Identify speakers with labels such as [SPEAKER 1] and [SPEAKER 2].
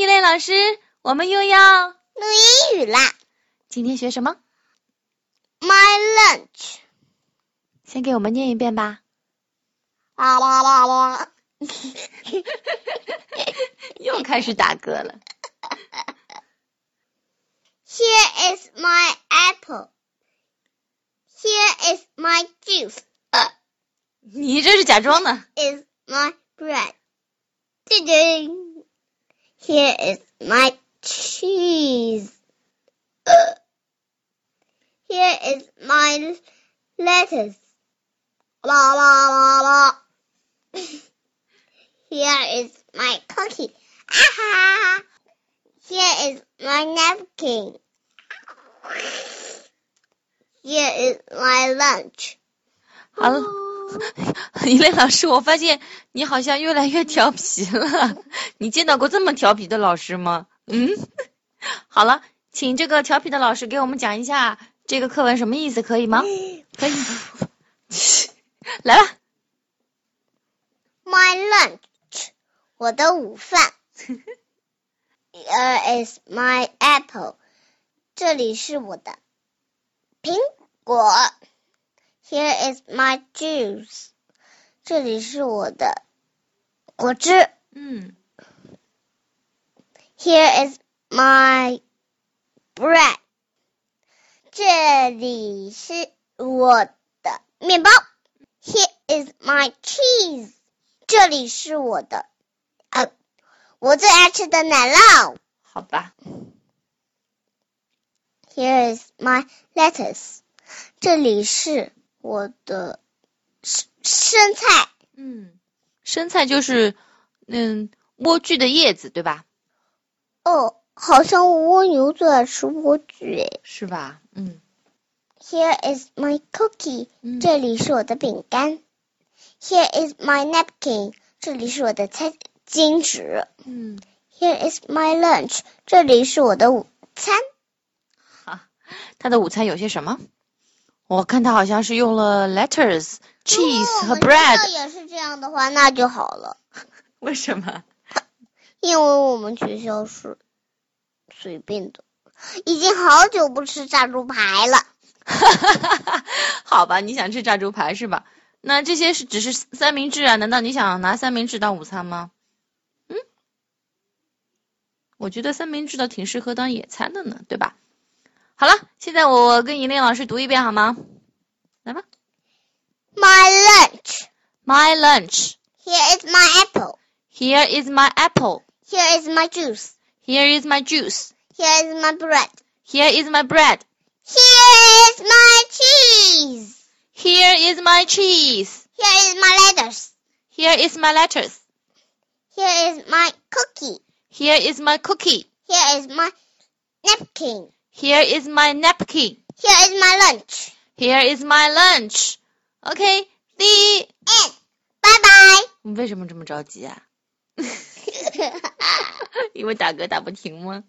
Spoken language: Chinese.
[SPEAKER 1] 一类老师，我们又要
[SPEAKER 2] 录英语啦
[SPEAKER 1] 今天学什么？
[SPEAKER 2] ！My lunch，
[SPEAKER 1] 先给我们念一遍吧。
[SPEAKER 2] 啊啦啦啦
[SPEAKER 1] 又开始打嗝了。
[SPEAKER 2] ！Here is my apple. Here is my juice.
[SPEAKER 1] 你这是假装呢。
[SPEAKER 2] Is my bread. Ding. Here is my cheese. Here is my lettuce. La la la la. Here is my cookie. Aha! Here is my napkin. Here is my lunch.
[SPEAKER 1] 好 了， 一类老师，我发现你好像越来越调皮了。 你见到过这么调皮的老师吗？嗯， 好了，请这个调皮的老师给我们讲一下这个课文什么意思，可以吗？可以。 来吧，
[SPEAKER 2] My lunch，我的午饭。Here is my apple，这里是我的苹果。Here is my juice，这里是我的果汁。
[SPEAKER 1] 嗯
[SPEAKER 2] Here is my bread，这里是我的面包。Here is my cheese，这里是我的呃我最爱吃的奶酪。
[SPEAKER 1] 好吧，
[SPEAKER 2] Here is my lettuce，这里是我的生生菜。
[SPEAKER 1] 嗯，生菜就是嗯莴苣的叶子，对吧？
[SPEAKER 2] 哦，好像蜗牛最爱吃莴苣诶。
[SPEAKER 1] 是吧？嗯
[SPEAKER 2] Here is my cookie，
[SPEAKER 1] 嗯，
[SPEAKER 2] 这里是我的饼干。Here is my napkin，这里是我的餐巾纸。
[SPEAKER 1] 嗯
[SPEAKER 2] Here is my lunch，这里是我的午餐。
[SPEAKER 1] 他的午餐有些什么？我看他好像是用了 letters、cheese
[SPEAKER 2] 哦
[SPEAKER 1] 和 bread，
[SPEAKER 2] 要也是这样的话，那就好了，
[SPEAKER 1] 为什么？
[SPEAKER 2] 因为我们学校是随便的。已经好久不吃炸猪排了。
[SPEAKER 1] 好吧，你想吃炸猪排是吧？那这些是只是三明治啊？难道你想拿三明治当午餐吗？嗯，我觉得三明治倒挺适合当野餐的呢，对吧？好了，现在我跟尹丽老师读一遍好吗
[SPEAKER 2] My lunch.
[SPEAKER 1] ？My lunch.
[SPEAKER 2] Here is my apple.
[SPEAKER 1] Here is my apple.
[SPEAKER 2] Here is my juice.
[SPEAKER 1] Here is my juice.
[SPEAKER 2] Here is my bread.
[SPEAKER 1] Here is my bread.
[SPEAKER 2] Here is my cheese.
[SPEAKER 1] Here is my cheese.
[SPEAKER 2] Here is my lettuce.
[SPEAKER 1] Here is my lettuce.
[SPEAKER 2] Here is my cookie.
[SPEAKER 1] Here is my cookie.
[SPEAKER 2] Here is my napkin.
[SPEAKER 1] Here is my napkin.
[SPEAKER 2] Here is my lunch.
[SPEAKER 1] Here is my lunch. OK，第一，
[SPEAKER 2] And bye bye.
[SPEAKER 1] 你为什么这么着急啊？因为打嗝打不停吗？